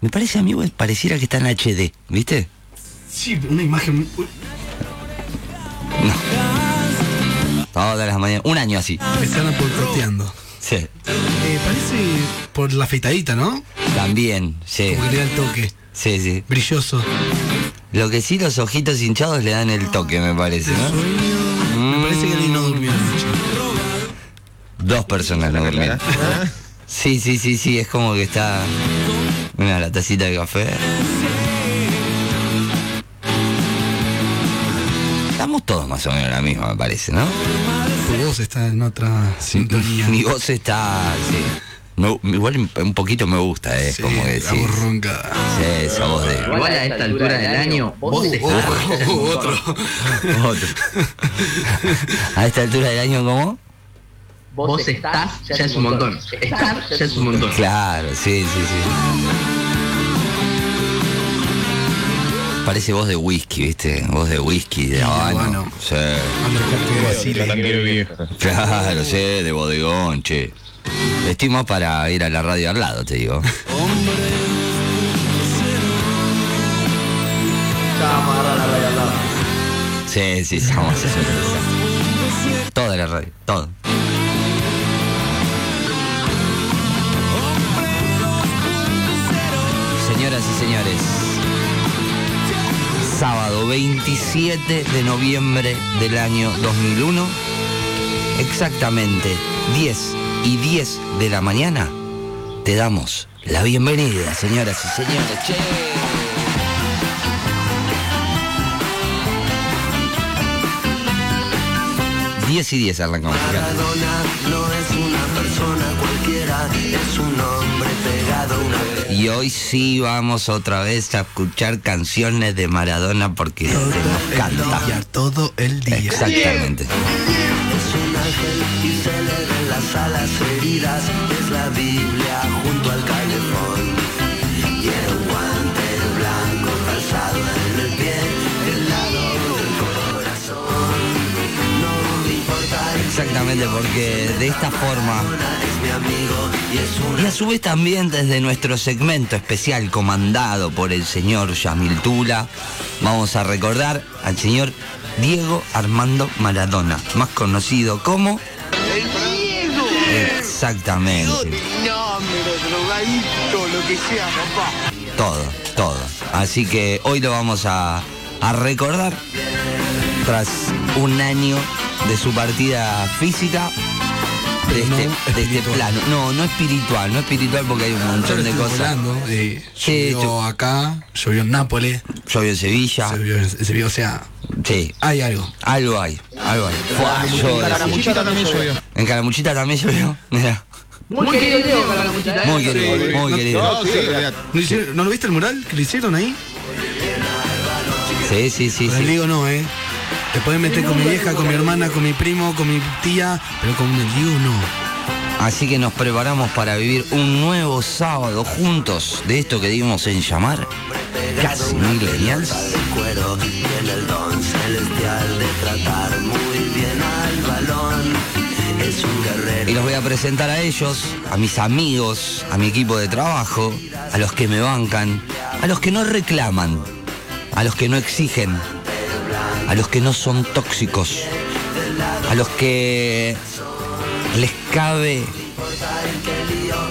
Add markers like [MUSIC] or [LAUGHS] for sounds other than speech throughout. Me parece a mí, güey, pareciera que está en HD, ¿viste? Sí, una imagen. muy- Todas las mañanas, un año así. Están aporteando. Sí, Eh, parece por la afeitadita, ¿no? también, sí, Porque le da el toque. sí, sí. Brilloso. Lo que sí, los ojitos hinchados le dan el toque, me parece, ¿no? Me parece que alguien no durmió anoche. Dos personas no dormían. Sí, sí, sí, sí, es como que está. Mira, la tacita de café. Estamos todos más o menos la misma, me parece, ¿no? Tu voz está en otra sintonía. Mi voz está. Sí. Me- igual un poquito me gusta, eh, Sí, como que la sí. voz ronca. Sí, esa voz de. Igual a esta altura del año, vos Oh, estás- oh, oh, otro. [LAUGHS] [LAUGHS] Otro. A esta altura del año, ¿cómo? vos estás, ya es un montón. Estar, ya es un montón. Claro, sí, sí, sí. Parece voz de whisky, ¿viste? Voz de whisky, de habano. habano. Sí. Anda, que vacile. Claro, sí, de bodegón, che. Estoy más para ir a la radio al lado, te digo. Sí, sí, estamos sí, sí, sí. Toda la radio, todo. Señoras y señores, sábado 27 de noviembre del año 2001, exactamente 10 y 10 de la mañana, te damos la bienvenida, señoras y señores. Che. Diez y 10 arrancamos. Y hoy sí vamos otra vez a escuchar canciones de Maradona porque se nos canta. Y a todo el día. Exactamente. Exactamente, porque de esta forma y a su vez también desde nuestro segmento especial comandado por el señor Yamil Tula, vamos a recordar al señor Diego Armando Maradona, más conocido como... Exactamente. Todo, todo. Así que hoy lo vamos a, a recordar tras un año de su partida física de Pero no este, de este espiritual. plano. No, no espiritual, no espiritual porque hay un montón de Estoy cosas. volando, eh, Sí, llovió yo- acá, llovió en Nápoles, Llovió en Sevilla. se vio- se vio, o sea, Sí. hay algo. Algo hay, algo hay. Fue algo de- también llovió. En Calamuchita también llovió. [LAUGHS] Mira. Muy querido ¿eh? Diego para la muchacha. Muy querido, muy No- querido. No, sí, olvidate. ¿No, hicieron- ¿no lo viste el mural que le hicieron ahí? Sí, sí, sí, Con el sí. Diego no, ¿eh? Te pueden meter con mi vieja, con mi hermana, con mi primo, con mi tía, pero con el Diego no. Así que nos preparamos para vivir un nuevo sábado juntos de esto que dimos en llamar Casi Millennials. Y los voy a presentar a ellos, a mis amigos, a mi equipo de trabajo, a los que me bancan, a los que no reclaman, a los que no exigen, a los que no son tóxicos, a los que les cabe,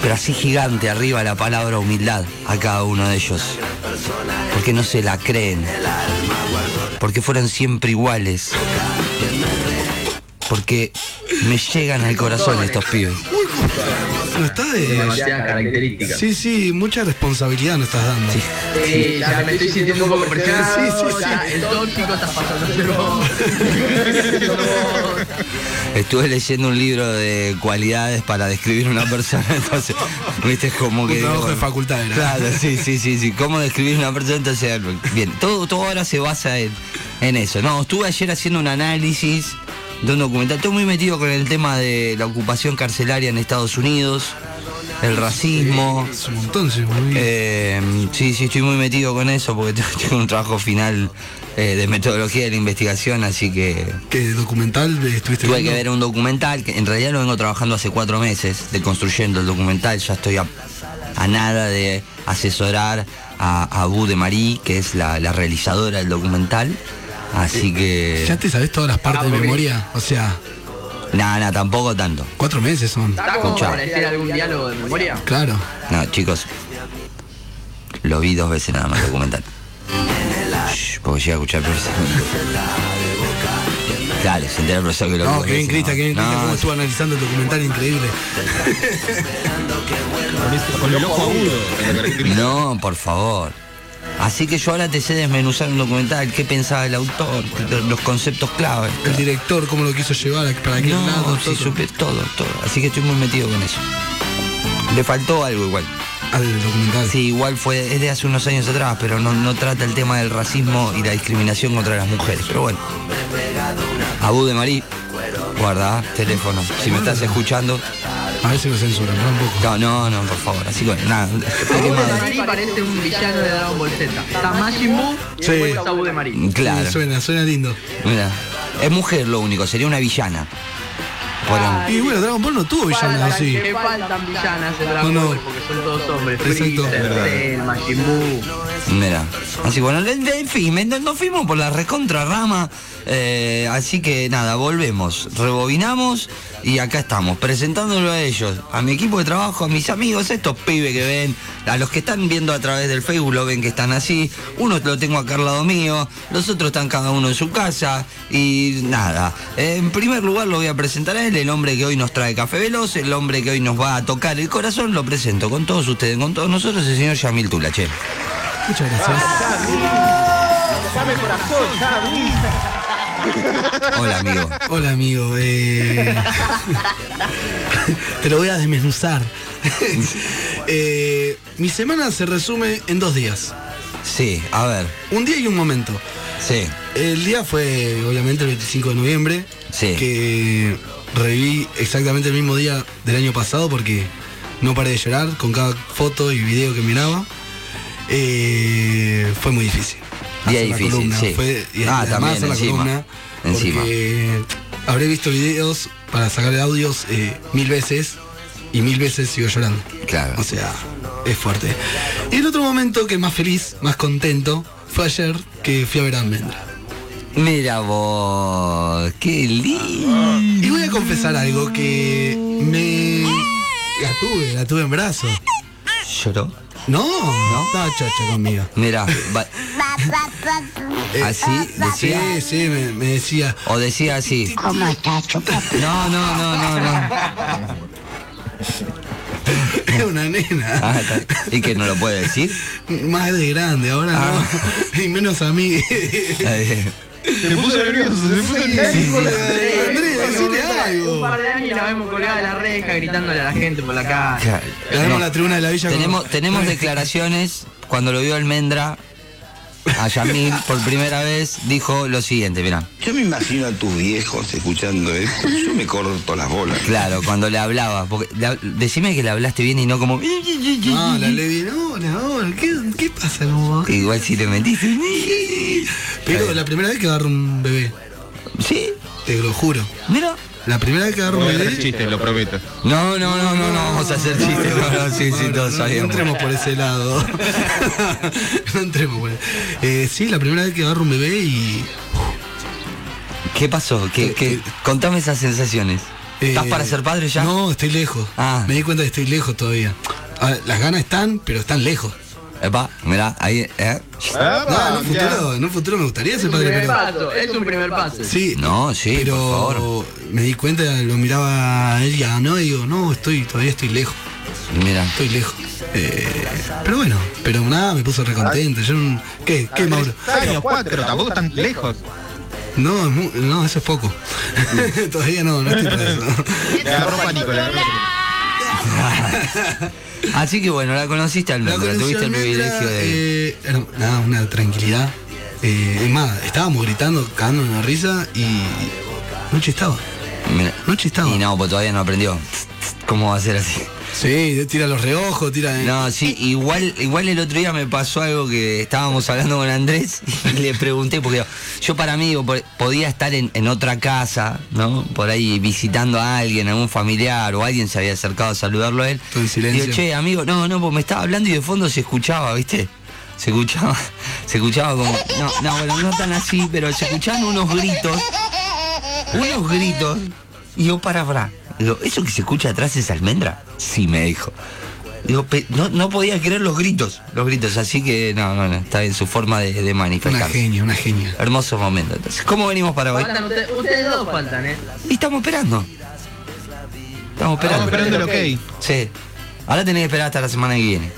pero así gigante arriba la palabra humildad a cada uno de ellos. Porque no se la creen. Porque fueron siempre iguales. Porque me llegan al corazón estos pibes. No está de. Demasiadas características. Sí, sí, mucha responsabilidad nos estás dando. Sí, ya me estoy sintiendo un poco presionado. Sí, sí, sí. ya El tóxico está pasando de vos. No, Estuve leyendo un libro de cualidades para describir una persona, [LAUGHS] entonces, viste, es como que... Un trabajo de bueno, facultad era. Claro, sí, sí, sí, sí. ¿Cómo describir una persona? Entonces, bien, todo, todo ahora se basa en, en eso. No, estuve ayer haciendo un análisis de un documental. Estoy muy metido con el tema de la ocupación carcelaria en Estados Unidos, el racismo. Es un montón, sí, muy bien. Eh, sí, sí, estoy muy metido con eso porque [LAUGHS] tengo un trabajo final eh, de metodología de la investigación, así que ¿Qué documental eh, estuviste Tuve que viendo? ver un documental, que en realidad lo vengo trabajando hace cuatro meses, deconstruyendo el documental, ya estoy a a nada de asesorar a, a Bu de Marí, que es la, la realizadora del documental. Así Eh, ¿Ya que. te sabes todas las partes Ah, de memoria? O sea, Nada, nada, tampoco tanto. cuatro meses son. ¿Está como Escuchá. para decir algún diálogo de memoria? Claro. No, chicos. Lo vi dos veces nada más el documental. Shh, porque llega a escuchar el [LAUGHS] profesor. Dale, se entera el profesor que lo vi No, dos qué bien veces, Crista, no. qué bien Crista, No, cómo sí. estuvo analizando el documental, increíble. Con el ojo agudo. que lo caracteriza. No, por favor. Así que yo ahora te sé desmenuzar un documental, qué pensaba el autor, los conceptos clave. El director, cómo lo quiso llevar, para qué lado, No, sí, todo. supe todo, todo. Así que estoy muy metido con eso. Le faltó algo igual. al Ah, documental. Sí, igual fue, es de hace unos años atrás, pero no, no trata el tema del racismo y la discriminación contra las mujeres. Pero bueno. Abu de Marí, guarda teléfono. Si me estás escuchando. A ver si lo censuran, ¿no? un No, poco. no, no, por favor. Así que bueno, nada. Abu tema de de- Marí parece un villano de Dragon Ball Z. Está Majin Buu y Sí. después Abu de Marí. Claro. Sí, suena, suena lindo. Mira, es mujer lo único, sería una villana. Bueno, Y bueno, Dragon Ball no tuvo villanos así. Que faltan villanas en Dragon No, no. Ball porque son todos hombres. Exacto. Freezer, Cell, Majin Buu. mira. Así que bueno, en en fin, me- nos fuimos por la recontrarama. eh, así que nada, volvemos, rebobinamos y acá estamos, presentándolo a ellos, a mi equipo de trabajo, a mis amigos, estos pibes que ven, a los que están viendo a través del Facebook, lo ven que están así, uno lo tengo acá al lado mío, los otros están cada uno en su casa y nada. Eh, En primer lugar lo voy a presentar a él, el hombre que hoy nos trae Café Veloz, el hombre que hoy nos va a tocar el corazón, lo presento con todos ustedes, con todos nosotros, el señor Yamil Tulache. Muchas gracias. Hola amigo. Hola amigo, eh, te lo voy a desmenuzar. Eh, mi semana se resume en dos días. Sí, a ver, Un día y un momento. sí, El día fue obviamente el 25 de noviembre, Sí. que reviví exactamente el mismo día del año pasado porque no paré de llorar con cada foto y video que miraba. Eh, fue muy difícil. Día hacer la difícil, columna, sí. fue- y Ah, además también, hacer la encima, columna, encima. porque habré visto videos para sacar audios eh, mil veces y mil veces sigo llorando. claro. O sea, es fuerte. Y el otro momento que más feliz, más contento, fue ayer que fui a ver a Almendra. Mira vos, qué lindo. Y voy a confesar algo que me... La tuve, la tuve en brazos. Lloró. No, no, estaba chacha conmigo. Mira, va- Eh, así Sí, decía. sí, me, me decía... O decía así. ¿Cómo estás, chupa? No, no, no, no, no. Es una Ah, nena. está- ¿Y que no lo puede decir? Más de grande, ahora no. Y menos a mí. Está bien. Se puso nervioso, se puso nervioso. Andrea, decile Un algo. par de años y la vemos colgada de la reja gritándole a la gente por la calle. Ganamos la tribuna de la villa. con- Tenemos, tenemos declaraciones cuando lo vio Almendra a Yamil por primera vez dijo lo siguiente, mirá. Yo me imagino a tus viejos escuchando esto. Yo me corto las bolas. Claro, cuando le hablaba, porque le hab- decime que le hablaste bien y no como No, la Levi, no, no, ¿qué, qué pasa con vos? igual si le mentiste. Pero la primera vez que agarro un bebé, Sí, te lo juro. mira. La primera vez que agarro un Voy a hacer bebé. chistes, lo prometo. No, no, no, no, no vamos a hacer chistes. No, no, sí, sí, No, todos no, no sabíamos. entremos por [LAUGHS] ese lado. no entremos por eh, Sí, la primera vez que agarro un bebé y. ¿Qué pasó? ¿Qué, qué? Contame esas sensaciones. eh, ¿Estás para ser padre ya? No, estoy lejos. Ah. Me di cuenta que estoy lejos todavía. A ver, las ganas están, pero están lejos. Epa, mirá, ahí, eh. No, en un Ah, ya. futuro, en un futuro me gustaría ser Es un padre, primer pero. paso, es un primer paso. Sí. No, sí, pero por favor. me di cuenta, lo miraba a él y a no, y digo, no, estoy, todavía estoy lejos. Mira. Estoy lejos. Eh, pero bueno, pero nada, me puso recontento. Yo no- ¿Qué? ¿Qué, Mauro? Años cuatro, tampoco tan lejos. No, es mu- no, eso es poco. [LAUGHS] Todavía no, no estoy para eso. Le agarró pánico, le agarró pánico. Así que bueno, la conociste al La menos, tuviste el conexión privilegio era, de. eh, era, nada, una tranquilidad. Eh, es más, estábamos gritando, cagando una risa y no chistaba. Mirá. No chistaba. Y no, pues todavía no aprendió. ¿Cómo va a ser así? Sí, tira los reojos, tira. No, sí, igual, igual el otro día me pasó algo que estábamos hablando con Andrés [LAUGHS] y le pregunté, porque yo para mí digo, po- podía estar en, en otra casa, ¿no? Por ahí visitando a alguien, algún familiar o alguien se había acercado a saludarlo a él. Todo en silencio. Digo, che, amigo, no, no, porque me estaba hablando y de fondo se escuchaba, ¿viste? Se escuchaba, [LAUGHS] se escuchaba como. No, no, bueno, no tan así, pero se escuchaban unos gritos. Unos gritos. Y yo, para, para. Digo, ¿eso que se escucha atrás es almendra? Sí, me dijo. Digo, "Pe- no, no podía creer los gritos, los gritos, así que no, no, no, está en su forma de, de Una manifestarse. genia, una genia. Hermoso momento. Entonces, ¿cómo venimos para hoy? Faltan, ustedes, ustedes dos faltan, ¿eh? Y estamos esperando. Estamos Estamos esperando. esperando el ok. Sí. Ahora tenés que esperar hasta la semana que viene.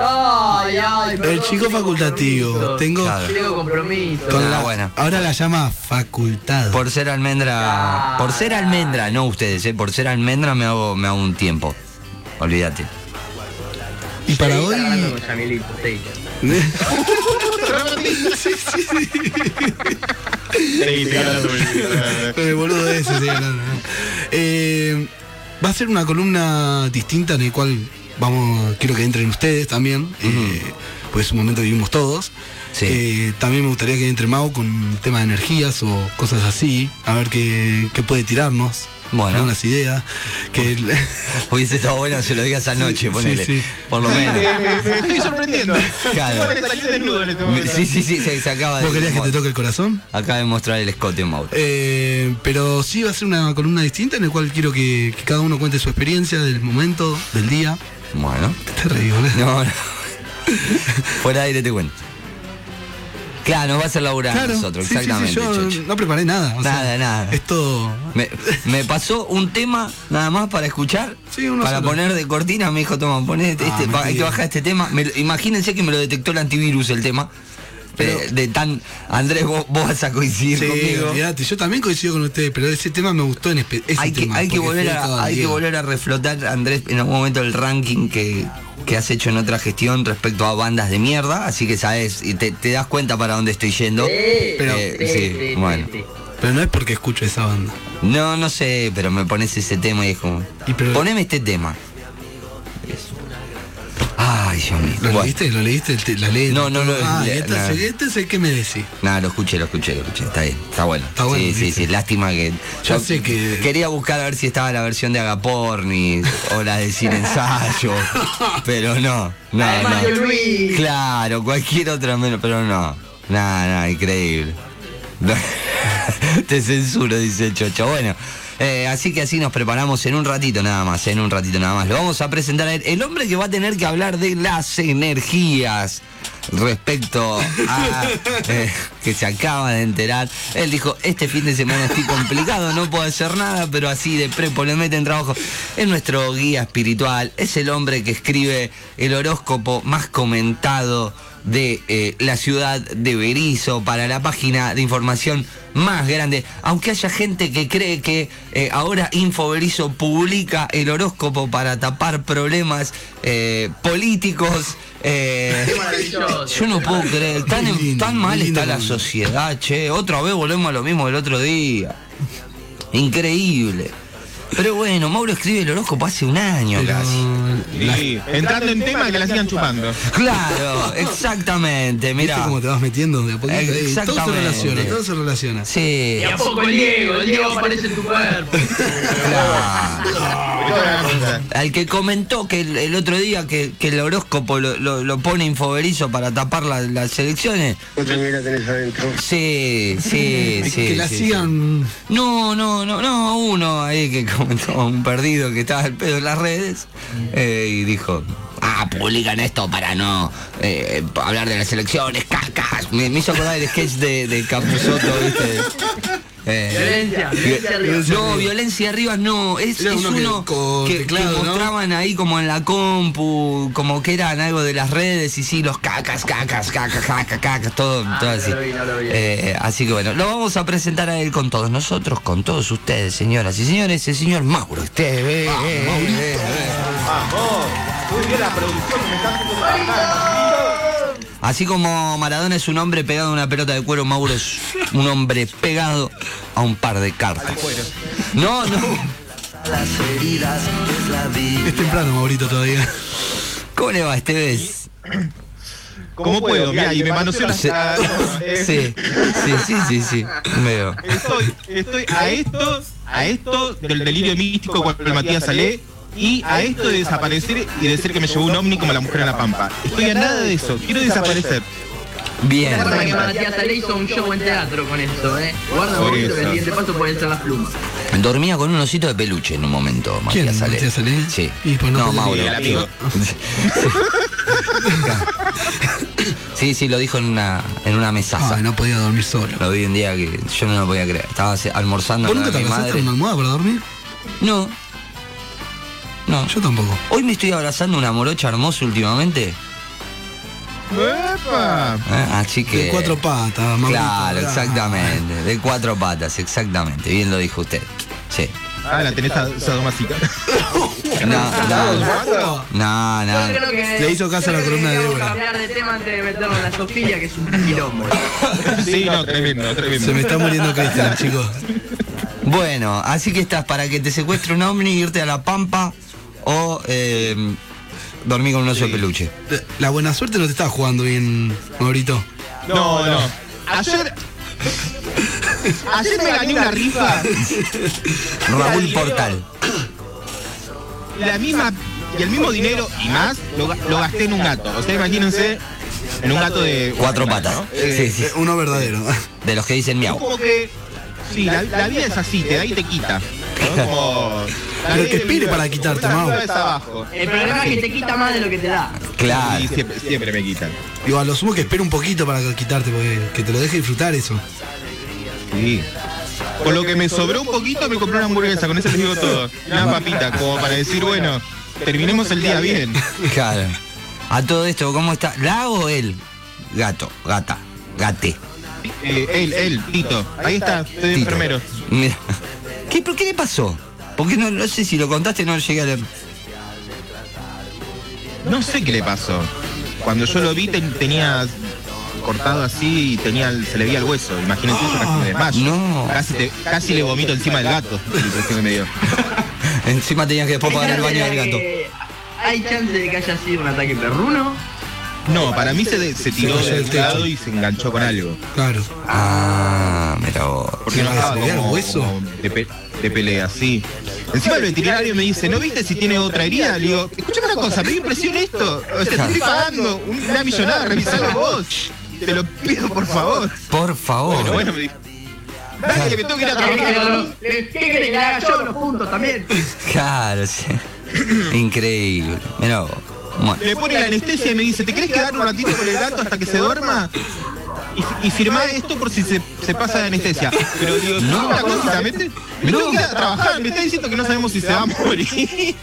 Ay, ay, El chico facultativo. Tengo. Claro. Tengo compromiso. Con con Ah, la- bueno. Ahora la llama facultad. Por ser almendra. Por ser almendra, no ustedes, eh, por ser almendra me hago, me hago un tiempo. Olvídate. y para hoy. hablando con Yamilito, sí. Sí, sí, ahora [LAUGHS] lo volví. Con el boludo de ese, sí, hablando, ¿no? Eh, va a ser una columna distinta en el cual vamos, quiero que entren ustedes también, eh, pues es un momento que vivimos todos. Sí. Eh, también me gustaría que entre Mau con un tema de energías o cosas así, a ver qué, qué puede tirarnos. Bueno. Algunas ideas. Que [LAUGHS] Hubiese estado bueno se lo digas anoche, sí, ponele. sí. Por lo menos. Me me estoy sorprendiendo. Claro. Igual salí desnudo en este momento. Sí, sí, sí, se, se acaba de. ¿Vos querías que te toque el corazón? Acaba de mostrar el escote, Mauro. Eh, pero sí va a ser una columna distinta en la cual quiero que, que cada uno cuente su experiencia del momento, del día. Bueno. Te reí, boludo. No, no. Fuera de aire te cuento. Claro, nos vas a laburar a nosotros, sí, sí, sí, exactamente, yo Chocho. no preparé nada. o sea, Nada, nada. Esto. Me, me pasó un tema nada más para escuchar, Sí, uno para solo. poner de cortina, me dijo, toma, poné este, Ah, este, pa- hay que mentira. bajar este tema. Me lo- imagínense que me lo detectó el antivirus el tema. Pero- Eh, de tan Andrés vos, vos vas a coincidir Sí, conmigo. olvidate, yo también coincido con ustedes, pero ese tema me gustó en espe- ese hay que, tema, hay que porque volver fue todo a, hay que Diego. volver a reflotar, Andrés, en algún momento el ranking que, que has hecho en otra gestión respecto a bandas de mierda, así que sabes, y te, te das cuenta para dónde estoy yendo. Eh, Sí, Pero- sí, sí, sí, bueno. sí, sí. Pero no es porque escucho esa banda. No, no sé, pero me pones ese tema y es como. Y pero- Poneme este tema. Eso. Ay, Dios mío. ¿Lo Bueno, leíste? ¿Lo leíste? El te- ¿La leí? No, no lo- Ah, y le- este, nada. es- este es el que me decís. Nada, lo escuché, lo escuché, lo escuché. Está bien, está bueno. Está bueno, sí, sí, dice. sí. Lástima que. Ya sé que- Quería buscar a ver si estaba la versión de Agaporni o la de Sin [LAUGHS] Ensayo. pero no, no, La de Mario no. eh. Luis. Claro, cualquier otra menos, pero no. Nada, nada, increíble. [LAUGHS] Te censuro, dice Chocho. Bueno, eh, así que así nos preparamos en un ratito nada más, en un ratito nada más. Lo vamos a presentar a él, el hombre que va a tener que hablar de las energías respecto a eh, que se acaba de enterar. Él dijo, este fin de semana estoy complicado, no puedo hacer nada, pero así de prepo le meten trabajo. Es nuestro guía espiritual, es el hombre que escribe el horóscopo más comentado de eh, la ciudad de Berizo para la página de información más grande. Aunque haya gente que cree que eh, ahora Info Berizo publica el horóscopo para tapar problemas eh, políticos. eh, Qué maravilloso. yo no puedo creer, tan, Muy lindo, tan mal muy lindo está la mundo. sociedad, che. Otra vez volvemos a lo mismo del otro día. Increíble. Pero bueno, Mauro escribe el horóscopo hace un año Pero casi. la- ¿viste Sí, Entrando en tema que la sigan chupando. [LAUGHS] Claro, exactamente, mira. cómo te vas metiendo? De a poquito? Eh, Todo se Exactamente. relaciona, todo se relaciona. Sí. Y a poco el Diego, el Diego aparece en tu cuerpo. Claro. Ahora, Al que comentó que el, el otro día que, que el horóscopo lo, lo- lo pone infoberizo para tapar la- las elecciones. Sí, [LAUGHS] sí, sí. que la sí, sí. sigan. No, no, no, no, uno ahí que comentó un perdido que estaba al pedo en las redes eh, y dijo, ah, publican esto para no eh, pa- hablar de las elecciones, cacas. Me, me hizo acordar el sketch de, de Capusotto, ¿viste? Eh, Violencia, violencia arriba. no, violencia arriba no, es, Era es uno que uno con que, que teclado, ¿no? mostraban ahí como en la compu, como que eran algo de las redes y sí, los cacas, cacas, cacas, cacas, cacas, todo, Ah, todo no así. lo vi, no lo vi. Eh, así que bueno, lo vamos a presentar a él con todos nosotros, con todos ustedes, señoras y señores, el señor Mauro. Usted ve, Ah, eh, eh, Así como Maradona es un hombre pegado a una pelota de cuero, Mauro es un hombre pegado a un par de cartas. No, no. las heridas es la vida. Es temprano, Maurito, todavía. ¿Cómo le va, Esteves? ¿Cómo puedo? Mirá, y me manoseo las... Sí. Sí, sí, sí, sí, sí. Veo. Estoy, estoy a esto, a esto del delirio místico con el Matías Salé y a esto de desaparecer y de decir que me llevó un ovni como la mujer a la pampa. Estoy a nada de eso, quiero desaparecer. Bien. Recuerda que Matías Ale hizo un show en teatro con esto, eh. Guarda un Por momento que el eso. siguiente paso pueden ser las plumas. Dormía con un osito de peluche en un momento, ¿Quién? Matías Ale. ¿Matías Ale? Sí. Y pues no no, te- Mauro. Sí, el amigo. [LAUGHS] Sí, sí, lo dijo en una, en una mesaza. Ay, Ah, no podía dormir solo. Lo vi un día que yo no lo podía creer. Estaba se- almorzando ¿Vos con nunca te mi abrazaste madre. con una almohada para dormir? No. No. Yo tampoco. Hoy me estoy abrazando una morocha hermosa últimamente. ¡Epa! ¿eh? Así que. De cuatro patas, Maurito. Claro, Ah. exactamente. De cuatro patas, exactamente. Bien lo dijo usted. Sí. Ah, la tenés a- sadomasoquista. No, no. No, Yo no. creo que- Ah. Le hizo caso a la yo creo que columna de deberíamos Débora. cambiar de tema antes de meternos en la sofilia, que es un quilombo. [LAUGHS] Sí, no, tremendo, Se me tremendo. está muriendo Cristian, chicos. Bueno, así que estás para que te secuestre un ovni, irte a la pampa o eh, dormir con un oso de peluche. La buena suerte no te está jugando bien, Maurito. No, no. Ayer... Ayer me gané una rifa, Raúl Portal. la misma y el mismo dinero y más lo, ga- lo gasté en un gato. O sea, imagínense en un gato de Cuatro patas. Sí, sí. Eh, Uno verdadero. De los que dicen miau. como que sí, la, la vida es así, te da y te quita. ¿no? Como, la Pero vida que aspire es- para quitarte, la Mau. vida es abajo. El problema es que te quita más de lo que te da. Claro. Y siempre, siempre me quitan. Digo, a lo sumo que espera un poquito para quitarte, porque que te lo deje disfrutar eso. Sí. Con lo que me sobró un poquito me compré una hamburguesa, con eso les digo todo. Una papita, como para decir, bueno, terminemos el día bien. Claro. A todo esto, ¿cómo está? ¿La o él? Gato, gata, gate. Eh, él, él, Tito. Ahí está, soy Tito. enfermero. Mira. ¿Qué, ¿Por qué le pasó? Porque no, no sé si lo contaste, no llegué a leer. No sé qué le pasó. Cuando yo lo vi ten- tenía cortado así y tenía, el- se le veía el hueso. Imagínense, yo casi me desmayo. No. Casi, te- casi le vomito encima del gato. la impresión que me dio. Encima tenías que después pagar el baño del gato. Hay chance de que haya sido un ataque perruno. No, para mí se, de- se tiró cayó del del techo. lado y se enganchó con algo. Claro. Ah, mira vos. Porque no ¿Se estaba le veía el como- hueso? como de, pe- de pelea, sí. Encima el veterinario me dice, ¿no viste si tiene otra herida? Le digo, escuchame una cosa, me dio impresión esto. O sea, te estoy pagando una millonada, revisalo vos. Te lo pido, por favor. Por Oh, favor. Pero eh. bueno, me dijo. Dale, que me tengo que ir ¿Qué a trabajar. crees que le haga yo los puntos también? Claro, sí. Increíble. Mira vos. Bueno. Le pone la anestesia y me dice, ¿te querés quedar un ratito con el gato hasta que se duerma? Y, y firmá esto por si se, se pasa de anestesia. Pero digo, No. no, una cosa, me, te- me tengo que ir a trabajar, me está diciendo que no sabemos si se va a morir.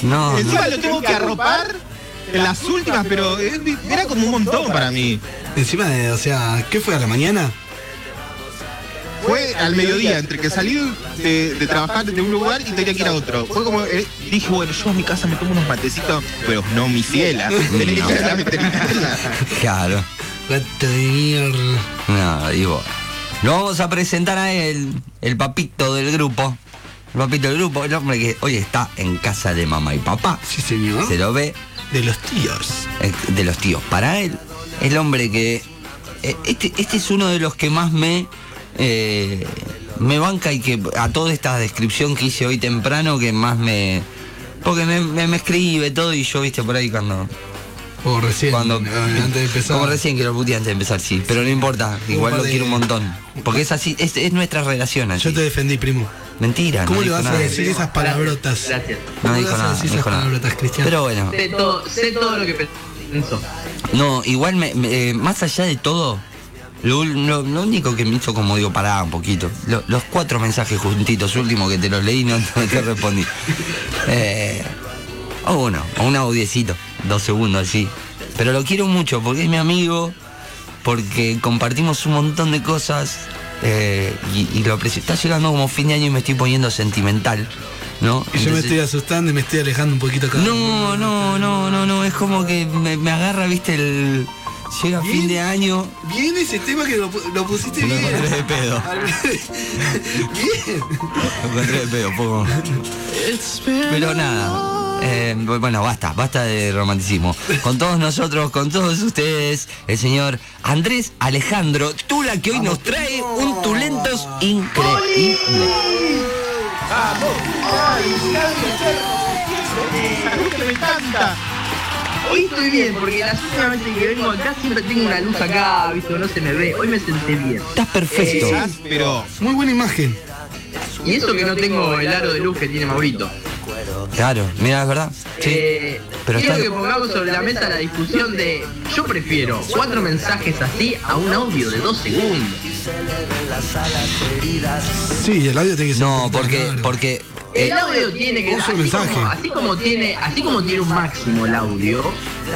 No, no. Encima lo tengo que arropar en las últimas, pero es- era como un montón para mí. Encima de, o sea, ¿qué fue a la mañana? Fue al mediodía, entre que salí de, de trabajar de un lugar y tenía que ir a otro. Fue como, eh, dije, bueno, yo a mi casa me tomo unos matecitos, pero no mi ciela. [LAUGHS] Tenés que ir a la veterinaria. Claro. Gato de mierda. No, digo. Lo vamos a presentar a él, el papito del grupo. El papito del grupo, el hombre que hoy está en casa de mamá y papá. Sí, señor. Se lo ve De los tíos. eh, de los tíos. Para él, el hombre que. eh, Este, este es uno de los que más me. eh, me banca y que a toda esta descripción que hice hoy temprano, que más me. Porque me, me- me escribe todo y yo, viste, por ahí cuando. O recién. cuando eh, antes de empezar. Como recién que lo puteé antes de empezar, sí. Pero no importa, igual par lo de- quiero un montón. Porque es así, es, es nuestra relación así. Yo te defendí, primo. Mentira, no ¿Cómo le dijo vas a nada. decir esas palabrotas? Gracias. No ¿Cómo le dijo vas a nada, decir no esas dijo nada. palabrotas, Cristian? Pero bueno. Sé todo, sé todo lo que pensó. No, igual me- me- eh, más allá de todo, lo, ul- lo- lo único que me hizo como digo, pará un poquito. lo- los cuatro mensajes juntitos, últimos que te los leí, no, no te respondí. Eh, o uno, o un audiecito, dos segundos así. Pero lo quiero mucho porque es mi amigo, porque compartimos un montón de cosas eh, y, y lo aprecio. Está llegando como fin de año y me estoy poniendo sentimental, ¿no? Y yo me Entonces- estoy asustando y me estoy alejando un poquito cada no, no, no, no, no, es como que me, me agarra, viste, el... Llega Bien. fin de año. Bien ese tema que lo, pu- lo pusiste Lo bien. encontré de pedo. Al- bien. Lo encontré de pedo, poco. Pero nada. eh, bu- bueno, basta, basta de romanticismo. Con todos nosotros, con todos ustedes, el señor Andrés Alejandro Tula, que hoy nos trae un Tulentos increíble. me encanta. Hoy estoy bien, porque las últimas veces que vengo acá siempre tengo una luz acá, visto, no se me ve. Hoy me senté bien. Estás perfecto. Quizás, pero Muy buena imagen. Y eso que no tengo el aro de luz que tiene Maurito. Claro, mira, es verdad. Sí. Eh, Pero quiero está- que pongamos sobre la mesa la discusión de yo prefiero cuatro mensajes así a un audio de dos segundos. Sí, el audio tiene que ser. un No, poquito porque, largo. porque El audio tiene que un así solo mensaje. Como, así como tiene, así como tiene un máximo el audio,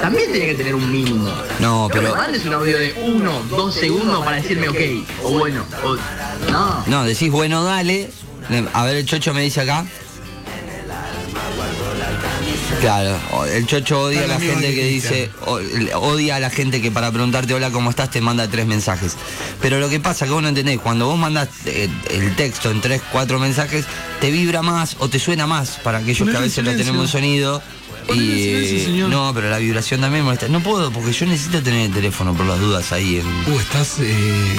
también tiene que tener un mínimo. No, me pero- mandes un audio de uno, dos segundos para decirme ok, o bueno, o no. No, decís, bueno, dale. A ver, el chocho me dice acá. Claro, o- el chocho odia a la Amigo gente de que dice, o- odia a la gente que para preguntarte hola, ¿cómo estás? te manda tres mensajes. Pero lo que pasa que vos no entendés, cuando vos mandas eh, el texto en tres, cuatro mensajes, te vibra más o te suena más para aquellos que Ponelo a en veces no silencio. tenemos sonido. Ponelo en silencio, señor. no, pero la vibración también molesta. No puedo, porque yo necesito tener el teléfono por las dudas ahí. en- Uh, estás. Eh,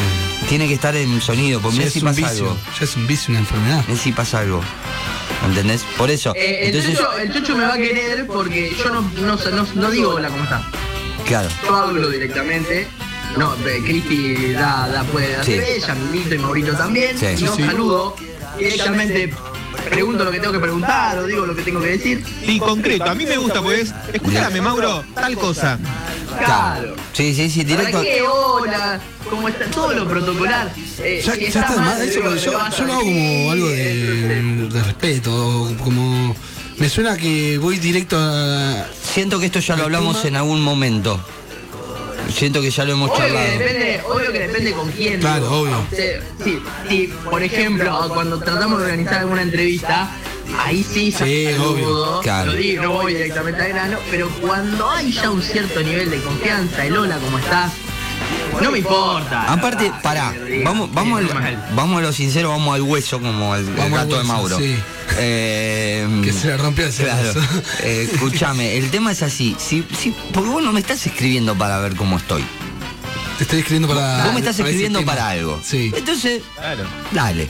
tiene que estar en sonido, porque ya mirá es si un pasa vicio. algo. Ya es un vicio, una enfermedad. Él sí pasa algo. ¿Entendés? Por eso. Eh, el, Entonces, chocho, el chocho me va a querer porque yo no, no, no, no digo hola, ¿cómo estás? claro. Yo hablo directamente. No, eh, Cristi da, da, puede hacer Sí. ella, Milito y Maurito también. Sí. Y yo Sí, sí. saludo directamente, pregunto lo que tengo que preguntar o digo lo que tengo que decir. sí, concreto. A mí me gusta, pues. Escúchame, Mauro, tal cosa. Claro. Sí, sí, sí, ¿Para directo. qué? Hola, ¿cómo está? Todo lo protocolar. Eh, Ya, si ya está mal, más, eso digo, lo- me yo, vas yo a lo hago decir, como algo de, de respeto, o como... Me suena que voy directo a... Siento que esto ya lo hablamos en algún momento. Siento que ya lo hemos Obvio que, charlado. depende, obvio que depende con quién. Claro, digo. obvio. Se- Sí, sí, por ejemplo, cuando tratamos de organizar alguna entrevista, ahí sí, Sí, saludo, obvio. Claro. lo digo, no voy directamente al grano, pero cuando hay ya un cierto nivel de confianza, el hola, ¿cómo estás? No me importa. la Aparte, verdad, pará, que me digan, vamos, sí, vamos, no me- al- vamos a lo sincero, vamos al hueso como el, el Vamos al gato de hueso, Mauro. sí. Eh, Que se le rompió el Claro. cerebro. Eh, escúchame, el tema es así. Si, si- porque vos no me estás escribiendo para ver cómo estoy. Te estoy escribiendo para... vos me estás para ese escribiendo tema. para algo. Ah, Sí. Entonces, Claro. Dale.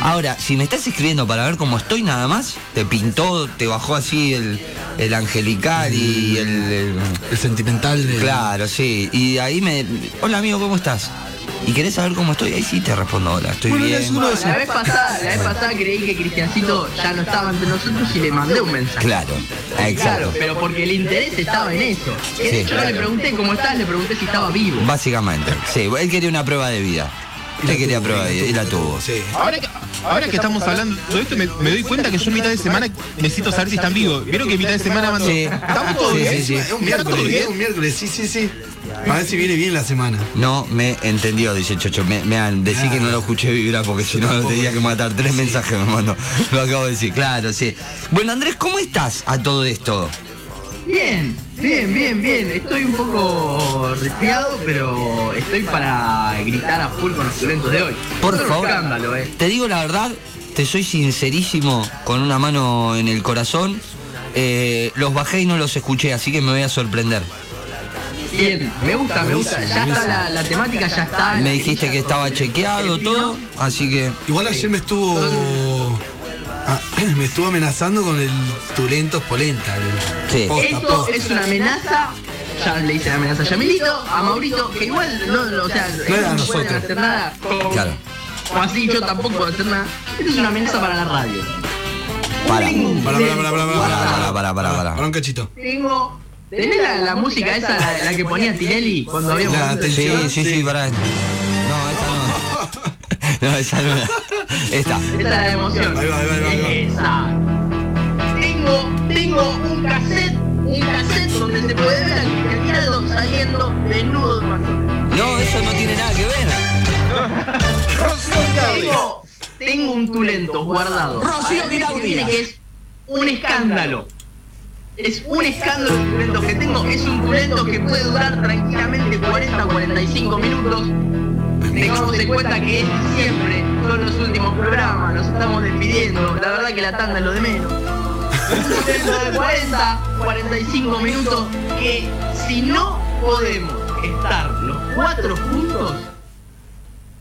Ahora, si me estás escribiendo para ver cómo estoy nada más, te pintó, te bajó así el, el angelical y el, el- El sentimental de... Claro, sí. Y ahí me... Hola amigo, ¿cómo estás? ¿Y querés saber cómo estoy? Ahí sí te respondo, hola, estoy Bueno, bien. es uno de esos- La vez pasada, la vez pasada creí que Cristiancito ya no estaba entre nosotros y le mandé un mensaje. Claro, exacto. Claro, pero porque el interés estaba en eso. De Sí, hecho, no claro. le pregunté cómo estás, le pregunté si estaba vivo. Básicamente, sí. Él quería una prueba de vida. Él quería prueba de vida y la tuvo. Sí. Ahora que, ahora que estamos hablando de esto, me, me doy cuenta que yo en mitad de semana necesito saber si están vivos. ¿Vieron que en mitad de semana mando? Sí. ¿Estamos todos Sí, bien? sí, sí. Es un ¿Está todo miércoles, es bien? un miércoles, sí, sí, sí. A ver si viene bien la semana. No me entendió, dice Chocho. Me, me han- decí que no lo escuché vibrar porque si no lo tenía que matar. Tres mensajes me mandó. Lo acabo de decir, claro, sí. Bueno, Andrés, ¿cómo estás a todo esto? Bien, bien, bien, bien. Estoy un poco resfriado, pero estoy para gritar a full con los violentos de hoy. Por Es un favor. escándalo, eh. Te digo la verdad, te soy sincerísimo, con una mano en el corazón. Eh, los bajé y no los escuché, así que me voy a sorprender. Bien, me gusta, me gusta. Ya está la, Ah, la temática, ya está. Me dijiste que estaba chequeado todo, así que. Igual ayer me estuvo... ah, [CLEARS THROAT] me estuvo amenazando con el Tulentos Polenta. el- Sí. Posta, Esto posta. es una amenaza. Ya le hice la amenaza a Yamilito, a Maurito, que igual no, no, o sea, No era no a pueden nosotros. hacer nada. Como- Claro. Como así yo tampoco puedo hacer nada. Esto es una amenaza para la radio. Para. Pará, pará, pará, pará, Pará, pará, pará, pará, pará, pará. Pará un cachito. Tengo. ¿Tenés la, la música esa, la, la que ponía Tinelli cuando habíamos La visto el Sí, atención. sí, sí, pará. No, esa no. [LAUGHS] No, esa no. Esta. Esa es la emoción. Ahí va, ahí va, ahí va, ahí va. Esa. Tengo, tengo un cassette, un cassette donde se puede ver al cristiano saliendo desnudo de pantalón. No, eso no tiene nada que ver. Tengo, tengo un tulento guardado. Rocío Viene que es un escándalo. Es un escándalo el tulento que tengo. Es un tulento que puede durar tranquilamente 40 45 minutos. Tengamos en cuenta que este y siempre son los últimos programas, nos estamos despidiendo. La verdad que la tanda es lo de menos. Un evento de 40, 45 minutos que si no podemos estar los cuatro juntos,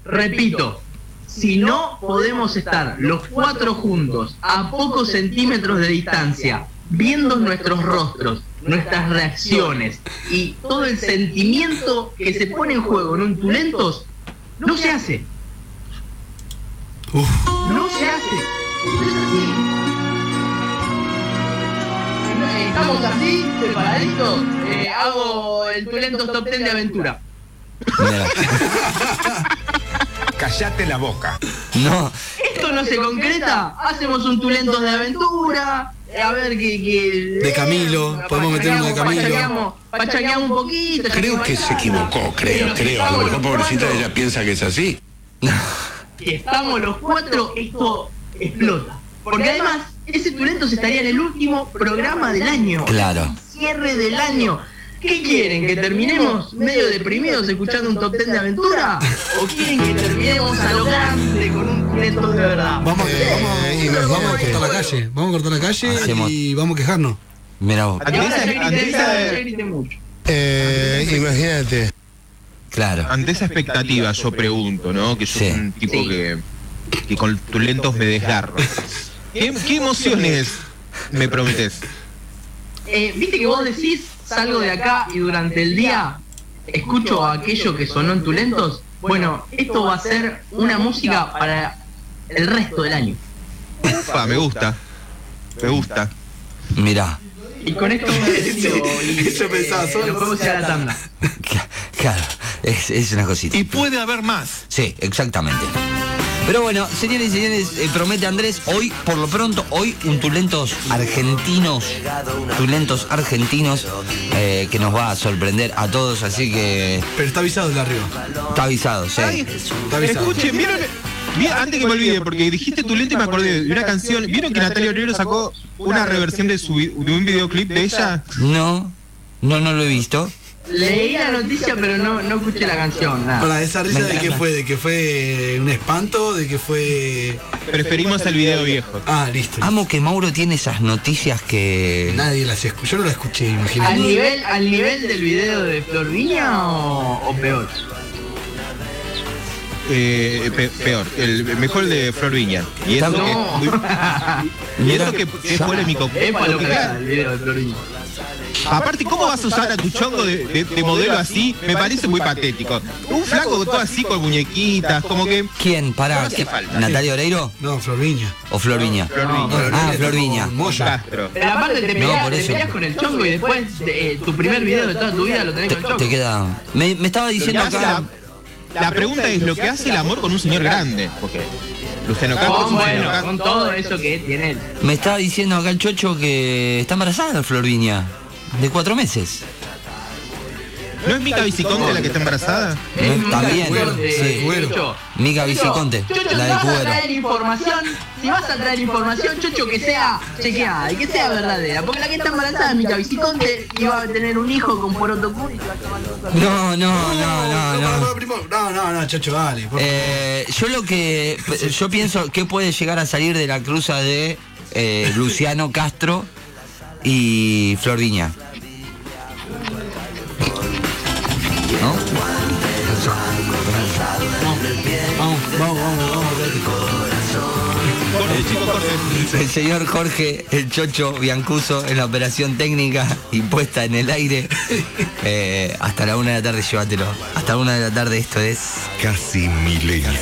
repito, si no podemos estar los cuatro juntos a pocos centímetros de distancia, viendo nuestros rostros, nuestras reacciones y todo el sentimiento que se pone en juego en un Tulentos, no se hace. Uf. No se hace. Esto es así. Estamos así, separaditos. Eh, hago el Tulentos Top 10 de aventura. Mirá. Callate la boca. No, Esto no se concreta. Hacemos un Tulentos de aventura. eh, A ver que. que De Camilo, podemos meter uno de Camilo. Pachaqueamos, pachaqueamos un poquito. Creo que se equivocó, creo, creo. A lo mejor pobrecita ella piensa que es así. Si estamos los cuatro, esto explota. Porque además, ese Tulentos estaría en el último programa del año. claro. Cierre del año. ¿Qué quieren? ¿Que terminemos medio deprimidos escuchando un top ten de aventura? ¿O quieren que terminemos a lo grande con un Tulentos de verdad? Vamos, Eh, y vamos, nos vamos a vemos cortar la que- calle. Vamos a cortar la calle Hacemos- y vamos a quejarnos. Mira vos. Y ahora Andrés- yo grité, Andrés- yo grité mucho. Eh, imagínate. Claro. Ante esa expectativa yo pregunto, ¿no? Que yo soy Sí. un tipo Sí. que, que con tus lentos me desgarro. ¿Qué, qué emociones me prometes? Eh, Viste que vos decís, salgo de acá y durante el día escucho aquello que sonó en Tulentos. Bueno, esto va a ser una música para el resto del año. Ufa, me gusta. Me gusta. Mira. Y con esto me despido y, Eso pensaba, eh, solo nos podemos ir a la tanda. Cla- Claro, es, es una cosita. Y puede haber más. Sí, exactamente. Pero bueno, señores y señores, eh, promete Andrés, hoy, por lo pronto, hoy un Tulentos argentinos, Tulentos argentinos, eh, que nos va a sorprender a todos, así que Pero está avisado el de arriba. está avisado, Ay, sí. Está avisado. escuchen, ¿vieron? Vi- antes que me olvide, porque dijiste tu lente y me acordé de una canción. ¿Vieron que Natalia Oreiro sacó una reversión de, su, vi- de un videoclip de ella? No, no, no lo he visto. Leí la noticia pero no, no escuché la canción, nada. Para esa risa de que fue, de que fue un espanto, de que fue. Preferimos el video viejo. Ah, listo. Amo que Mauro tiene esas noticias que... Nadie las escuchó. Yo no la escuché, ¿Al imagínate. nivel, al nivel del video de Flor Viña o, o peor? Eh, pe- peor, el mejor el de Flor Viña. Y eso que, No. [LAUGHS] muy- y Mira, eso que es ya- polémico. Es para cara el video de Flor Viña. Aparte, ¿cómo vas a usar a tu chongo de, de- de modelo así? Me parece muy patético. Un flaco todo así con muñequitas, como que. ¿Quién? Pará, No hace ¿quién? falta. ¿Natalia Oreiro No, Florviña. o Florviña? Flor Viña. Ah, Florviña. Moya. Castro. Pero aparte te peleas, por te eso. peleas con el chongo y después eh, tu primer video de toda tu vida lo tenés Te, con el chongo. te queda... Me, me estaba Lo que diciendo hace acá... La, la pregunta es lo que hace el amor con un señor grande. Porque Luciano Castro es Con, Eh, un señor bueno, grande. con todo eso que tiene él. Me está diciendo acá el chocho que está embarazada Florviña, de cuatro meses. ¿No es Mica Viciconte la que está embarazada? Eh, muy también, actor de- sí. Chucho. Cuero. Mica Chucho, Viciconte, Chucho, si la del vas a cubero. traer información, si vas a traer información, Chucho, que sea chequeada y que sea verdadera. Porque la que está embarazada es Mica Viciconte y va a tener un hijo con poroto curi. No, no, no, no, no. No, no, no, chacho, dale. por- Eh, yo lo que yo pienso que puede llegar a salir de la cruza de eh, Luciano Castro y Florviña. ¿No? Vamos, vamos, vamos, vamos. dale. Corte, chico, corte. El señor Jorge, el chocho Biancuso, en la operación técnica y puesta en el aire. Eh, hasta la una de la tarde, llévatelo. Hasta la una de la tarde, esto es. Casi milenio.